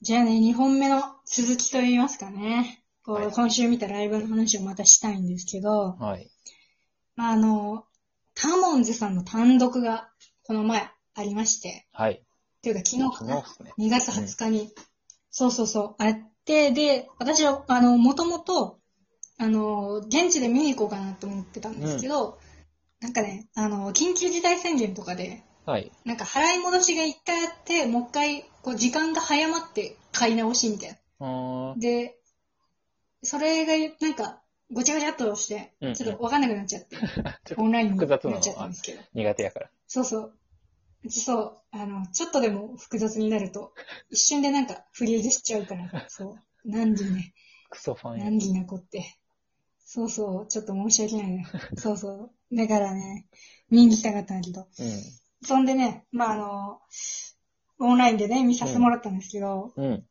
じゃあね、2本目の続きと言いますかね。こうはい今週見たライブの話をまたしたいんですけど、はい。まあ、あの、カモンズさんの単独がこの前ありまして、はい。というか昨日か昨な日ですね。 2月20日に、そうそうそう、あって、で、私は、あの、もともと、あの、現地で見に行こうかなと思ってたんですけど、なんかね、あの、緊急事態宣言とかで、はい。なんか払い戻しが1回あって、もう1回、こう、時間が早まって買い直しみたいな。うーん。で、それが、なんか、ごちゃごちゃっとしてうんう、んちょっとわかんなくなっちゃって、 ちょっオンラインにな複っ雑ちなのゃったんですけど。苦手やから。そうそう。うちそう、あの、ちょっとでも複雑になると、一瞬でなんかフリーズしちゃうから、そう。何時ね、クソファンや。何時な子って。そうそう、ちょっと申し訳ないね。そうそう。だからね、見に来たかったんだけど。そんでね、まあ、あの、オンラインでね、見させてもらったんですけど、うん。うん。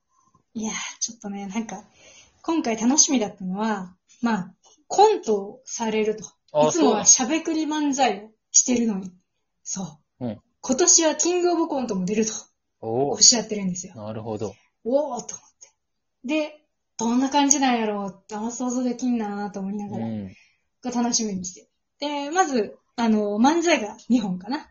いやー、ちょっとね、なんか、今回楽しみだったのは、まあ、コントをされると。いつもはしゃべくり漫才をしてるのに。そう。うん今年はキングオブコントも出るとおおっお。しゃってるんですよ。なるほど。おおーと思って。で、どんな感じなんやろうってあんま想像できんなーと思いなうがら、ん。が楽しみにして。で、まず、あの、漫才が2本かな。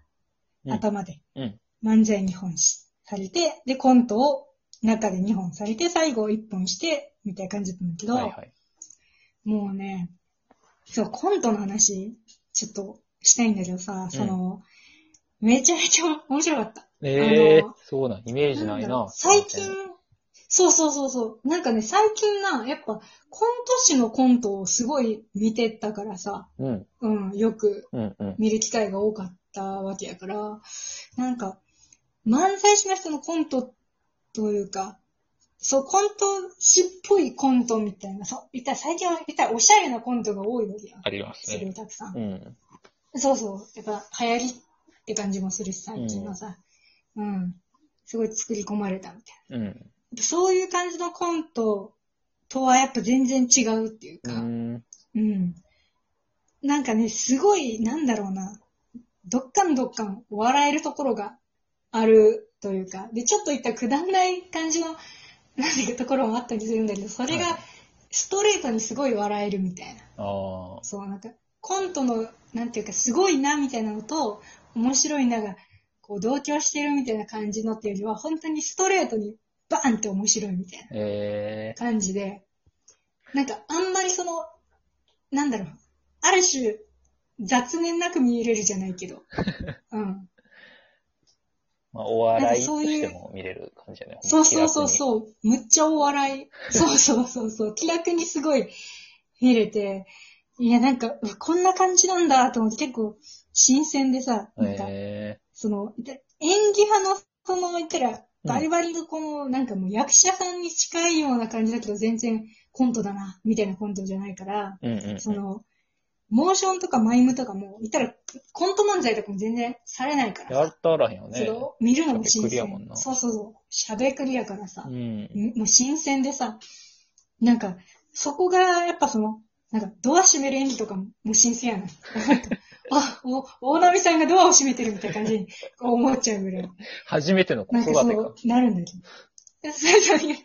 うん頭で。うん。漫才2本しされて、で、コントを中で2本されて、最後1本して、みたいな感じだったんだけど、はいはい。もうね、そう、コントの話、ちょっとしたいんだけどさ、その、めちゃめちゃ面白かった。ええあのそうなん。イメージななんいだろなう。最近、そうそうそうそう。なんかね、最近な、やっぱ、コント師のコントをすごい見てたからさ、うん。うん、よくうんうん。見る機会が多かったわけやから、なんか、漫才師の人のコントというか、そう、コント師っぽいコントみたいな、そう、いったら最近は、いったらおしゃれなコントが多いわけやん。ありますそれね。をたくさんう。ん。そうそう。やっぱ流行りって感じもするし、最近のさ。うん。すごい作り込まれたみたいな。うん。やっぱそういう感じのコントとはやっぱ全然違うっていううか、うん。ん。なんかね、すごい、なんだろうな。どっかんどっかん笑えるところがあるというか、で、ちょっといったくだんない感じの、なんていうところもあったりするんだけど、それはいがストレートにすごい笑えるみたいな。ああ。そう、なんか、コントの、なんていうか、すごいな、みたいなのと、面白いなが、こう、同居してるみたいな感じのっていうよりは、本当にストレートに、バーンって面白いみたいなええ感じで、なんか、あんまりその、なんだろう、ある種、雑念なく見れるじゃない けど、うん。まあ、お笑いとしても見れる感じやね。そうそうそうう。そう、むっちゃお笑い。そうそうそうそう、気楽にすごい見れて、いや、なんか、うわこんな感じなんだと思って、結構、新鮮でさ、なんか、えその、で演技派の、その、言ったら、うんバリバリのこの、なんかもう役者さんに近いような感じだけど、全然コントだな、みたいなコントじゃないから、えうんうんうん。その、モーションとかマイムとかも、言ったら、コント漫才とかも全然されないからやさ、ったらへんよそねれ。を見るのも新しゃべくりや鮮もん。なそうそうそう、しゃべくりやからさう、ん。もう新鮮でさ、なんか、そこが、やっぱその、なんか、ドア閉める演技とかももう新鮮やな。 あ、お、大波さんがドアを閉めてるみたいな感じにこう思っちゃうぐらい。初めての子なん育かてそうか。、なるんだけど。そうそういや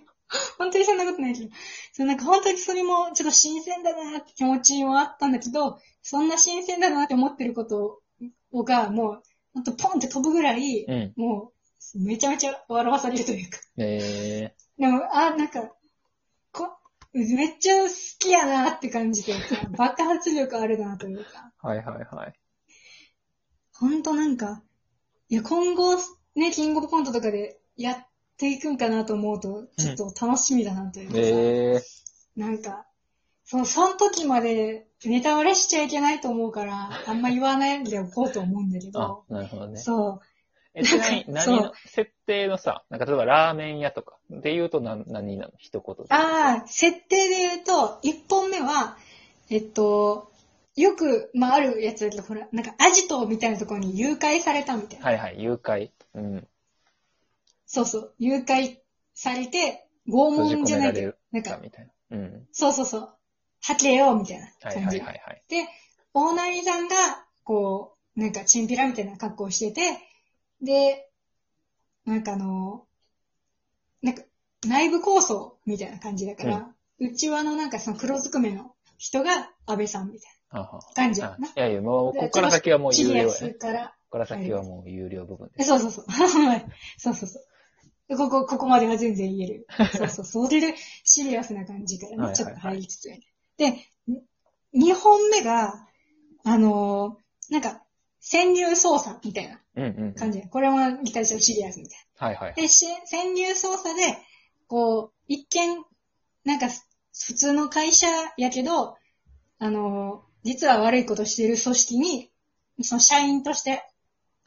本当にそんなことないけど。そう、なんか本当にそれもちょっと新鮮だなって気持ちもあったんだけど、そんな新鮮だなって思ってることをが、もう、ほんとポンって飛ぶぐらい、うん。もう、めちゃめちゃ笑わされるというか。ええでも、あ、なんか、こ、めっちゃ好きやなって感じでさ、爆発力あるなというか、はいはいはい。ほんとなんか、いや、今後、ね、キングオブコントとかでやっていくんかなと思うと、ちょっと楽しみだなというかさ、ええなんか、その、その時までネタバレしちゃいけないと思うから、あんま言わないでおこうと思うんだけあど、、なるほどね。そう、え、ちなみに、なんか何の、設定のさ、なんか例えばラーメン屋とか、で言うと何、何なの一言で。ああ、設定で言うと、一本目は、えっと、よく、まあ、あるやつだけど、ほら、なんかアジトみたいなところに誘拐されたみたいな。はいはい、誘拐。うん。そうそう、誘拐されて、拷閉じ問じ込ゃめならいけれどる、なんかか、みたいな。うん。そうそうそう、はけようみたいなはいはい感はじ。いはい。で、オーナーさんが、こう、なんかチンピラみたいな格好をしてて、で、なんかあの、なんか、内部構想みたいな感じだから、うちわのなんかその黒ずくめの人が安倍さんみたいあはな感じあやなあ。いやいや、もう、でここから先はもう地有理料やや。すこいから。こから先はもう有料部分えです。そうそう そう。そうそうそう。でここ、ここまでは全然言え る。そうそう。それでシリアスな感じからはいはね、いちょっと入りつつやね。で、2本目が、あのーなんか、潜入捜査みたいなうんうん。感じや。これもギタリストのシリアスみたいはいはいな。。で、し潜入捜査で、こう、一見、なんか、普通の会社やけど、あのー実は悪いことしてる組織に、その社員として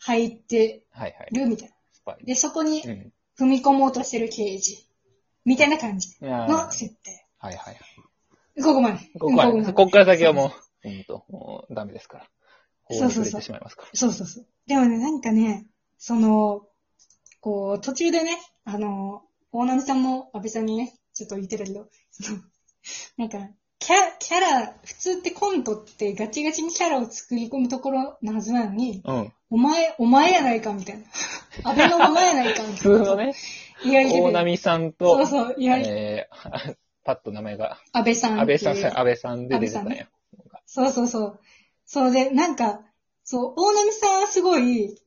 入ってはいはい。るみたいな。スパイ。で、そこにうん。踏み込もうとしてる刑事。みたいな感じいやーの設定。はいはい。ここまで。ここから、うんここから先はもう、うんと、もうダメですから。法そうにそうそう触れてしまいますから。そうそうそう。でもね、なんかね、その、こう、途中でね、あの、大波さんも安倍さんにね、ちょっと言ってたけど、その、なんか、キャキャラ、普通ってコントってガチガチにキャラを作り込むところなはずなのに、うん。お前、お前やないか、みたい な。安倍のお前やないか、み普たいな。通のね、言われてて。大波さんと、そうそう、言われて、えー、 パッと名前が、安倍さんっていう。安倍さん、安倍さんで出てたんや。そうそうそう。そうで、なんか、そう、大波さんはすごい、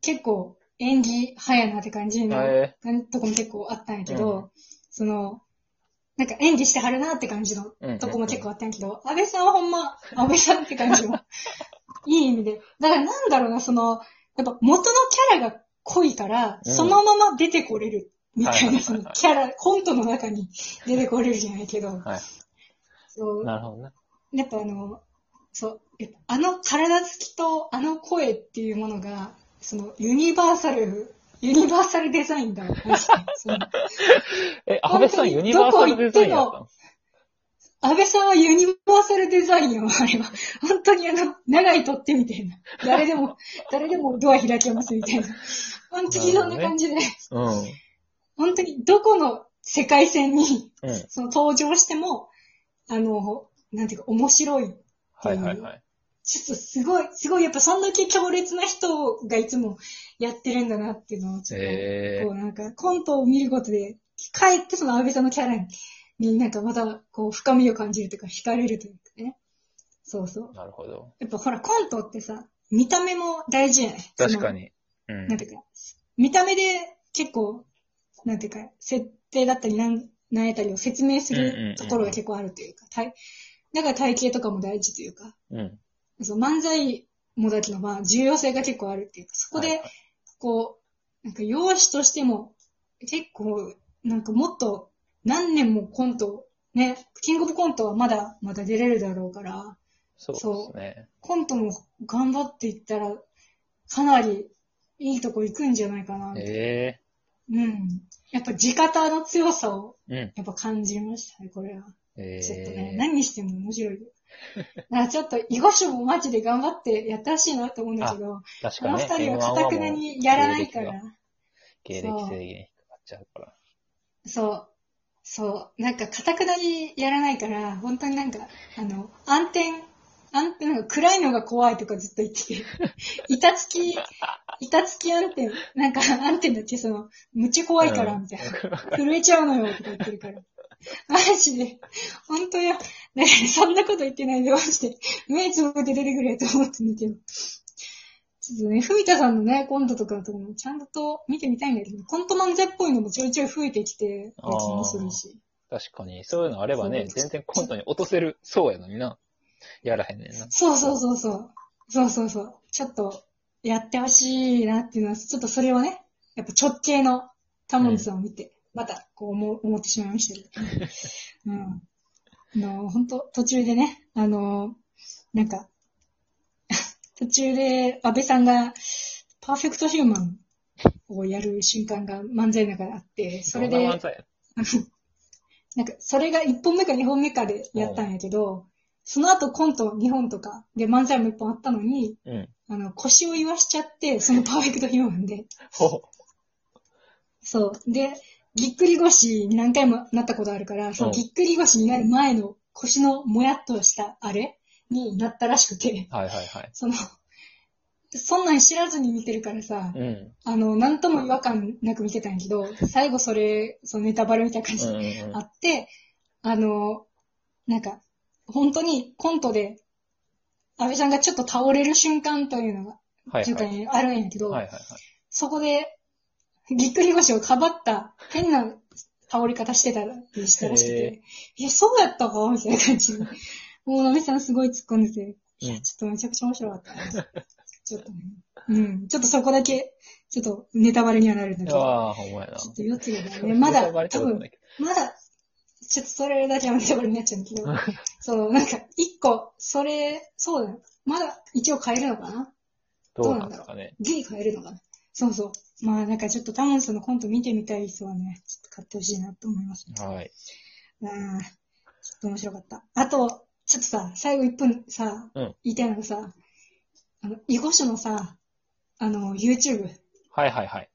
結構、演技派やなって感じの、へなんとこも結構あったんやけうど、その、なんか演技してはるなって感じのうんうんうんとこも結構あったんやけど、安倍さんはほんま、安倍さんって感じ の、いい意味で。だからなんだろうな、その、やっぱ元のキャラが濃いから、うんそのまま出てこれる。みたいはいはいな、はいはいそのキャラ、コントの中に出てこれるじゃないけど、はいそう、なるほどね。やっぱあの、そう、やっぱあの体つきとあの声っていうものが、そのユニバーサル、ユニバーサルデザインだな、マジでそのえ、安本倍当にさんユニバーサルデザインやったの安倍さんはユニバーサルデザインよ、あれは。本当にあの、長いとってみたいな。誰でも、誰でもドア開けますみたいな。本当にそんな感じで、うん。本当にどこの世界線に、うん。その登場しても、あの、なんていうか面白いはいはいはい。ちょっとすごい、すごい、やっぱそんだけ強烈な人がいつもやってるんだなっていうのを、ちょっと、えこうなんかコントを見ることで、かえってその安倍さんのキャラになんかまたこう深みを感じるというか、惹かれるというかね。そうそうー、。なるほど。やっぱほら、コントってさ、見た目も大事やね。確かに。に。うなんんて。いうか、見た目で結構、なんていうか、設定だったりなん、なんやったりを説明すうんうんうんうるんところが結構あるというか、体だから体型とかも大事というか、うん。そう、漫才もだけど、まあ、重要性が結構あるっていうか、そこはいではい、こう、なんか、容姿としても、結構、なんかもっと、何年もコント、ね、キングオブコントはまだ、まだ出れるだろうから、そうですね。コントも頑張っていったら、かなりいいとこ行くんじゃないかな。えうん。やっぱ、地方の強さを、えうん。やっぱ感じましたね、これは。えちょっとね、え何しても面白いよ。だからちょっと、囲碁書もマジで頑張ってやってほしいなと思うんだけど、確こかのに二人はね。M1 はかもたうくなにやらないから。芸歴制限にかかっちゃうから。そう。そう。なんか、かたくなにやらないから、本当になんか、あの、暗転、暗転、なんか暗いのが怖いとかずっと言って て、板付き、板付き暗転、なんか暗転だって、その、むっちゃ怖いから、うんみたいな。震えちゃうのよ、とか言ってるから。マジで、本当よ。ね、 そんなこと言ってないで、マジで、目つぶって出てくれと思ってんだけど。ちょっとね、ふみたさんのね、コントとかのとこもちゃんと見てみたいんだけど、コント漫才っぽいのもちょいちょい増えてきてる気もするし。確かに、そういうのあればね、そう全然コントに落とせる、そうやのにな。やらへんねんな。そうそうそうそう。そうそうそう。ちょっと、やってほしいなっていうのは、ちょっとそれをね、やっぱ直系のタモリさんを見て、また、こう思う、思ってしまいましたけど ね。うん。あの、本当途中でね、あの、なんか、 途中で安倍さんが、パーフェクトヒューマンをやる瞬間が漫才の中であって、それで、どんな漫才やなんか、それが1本目か2本目かでやったんやけど、その後コント2本とか、で漫才も1本あったのに、うん。あの、腰を言わしちゃって、そのパーフェクトヒューマン で。ほそう。で、ぎっくり腰に何回もなったことあるから、そうのんぎっくり腰になる前の腰のもやっとしたあれになったらしくて、 うはいはいはい。その、そんなん知らずに見てるからさ、うん。うんあの、なんとも違和感なく見てたんやけど、最後それ、そのネタバレみたいな感じうでんあって、あの、なんか、本当にコントで、安倍さんがちょっと倒れる瞬間というのが、うん。はいはい。中間にあるんやけど、はいはいはい。そこで、ぎっくり腰をかばった変な倒れ方してたりしたらしくて、いや、そうやったかみたいな感じで。もう、安倍さんすごい突っ込んでて、いや、うんちょっとめちゃくちゃ面白かったです。ちょっとね。うん。ちょっとそこだけ、ちょっとネタバレにはなるんだけど、ああ、ほんまやなちょっと4つだね。まだネタバレ、って多こと分ない、けまだ、ちょっとそれだけはネタバレになっちゃうんだけど、その、なんか、一個、それ、そうだな。まだ、一応変えるのかなどどうなんですかね。ギリ変えるのかなそうそう。まあなんかちょっとタモンさんのコント見てみたい人はね、ちょっと買ってほしいなと思いますね。はい。ああ、ちょっと面白かった。あと、ちょっとさ、最後1分さ、うん言いたいのがさ、あの、囲碁書のさ、あの、YouTube はいはいはい。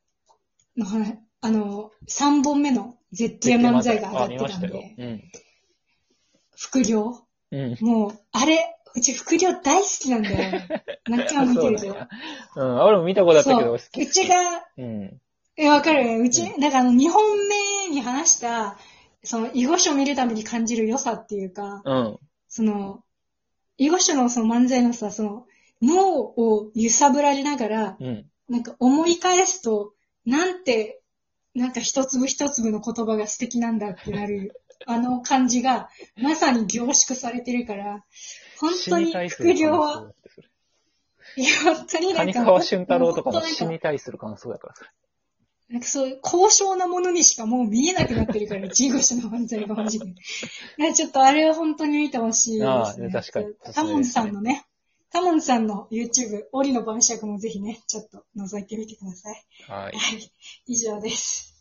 の話、あの、3本目の Z や漫才があ、上見がっまてしたんたで、よ。うん。副業うん。もう、あれ、うち副業大好きなんだ よ。何回も見てるけそうどなん。やうん、俺も見たことあったけど、そ好うき。うちがうん。え、わかる。うち、うだからあの、2本目に話した、その、囲碁書を見るために感じる良さっていうか、うん。その、囲碁書のその漫才のさ、その、脳を揺さぶられながら、うん。なんか思い返すと、なんて、なんか一粒一粒の言葉が素敵なんだってなる、あの感じが、まさに凝縮されてるから、本死当にに対す副る業感想は、だってそれいや、本当になん谷か、川俊太郎とかももう本死当なんかに対する感想だから、それ。なんかそういう高尚なものにしかもう見えなくなってるから、ジーゴシの漫才がマジで。いや、ちょっとあれは本当に見てほしいです、ね。ああ確かにタモンさんのね、タモンさんの YouTube、檻の晩酌もぜひね、ちょっと覗いてみてください。はい。はい。以上です。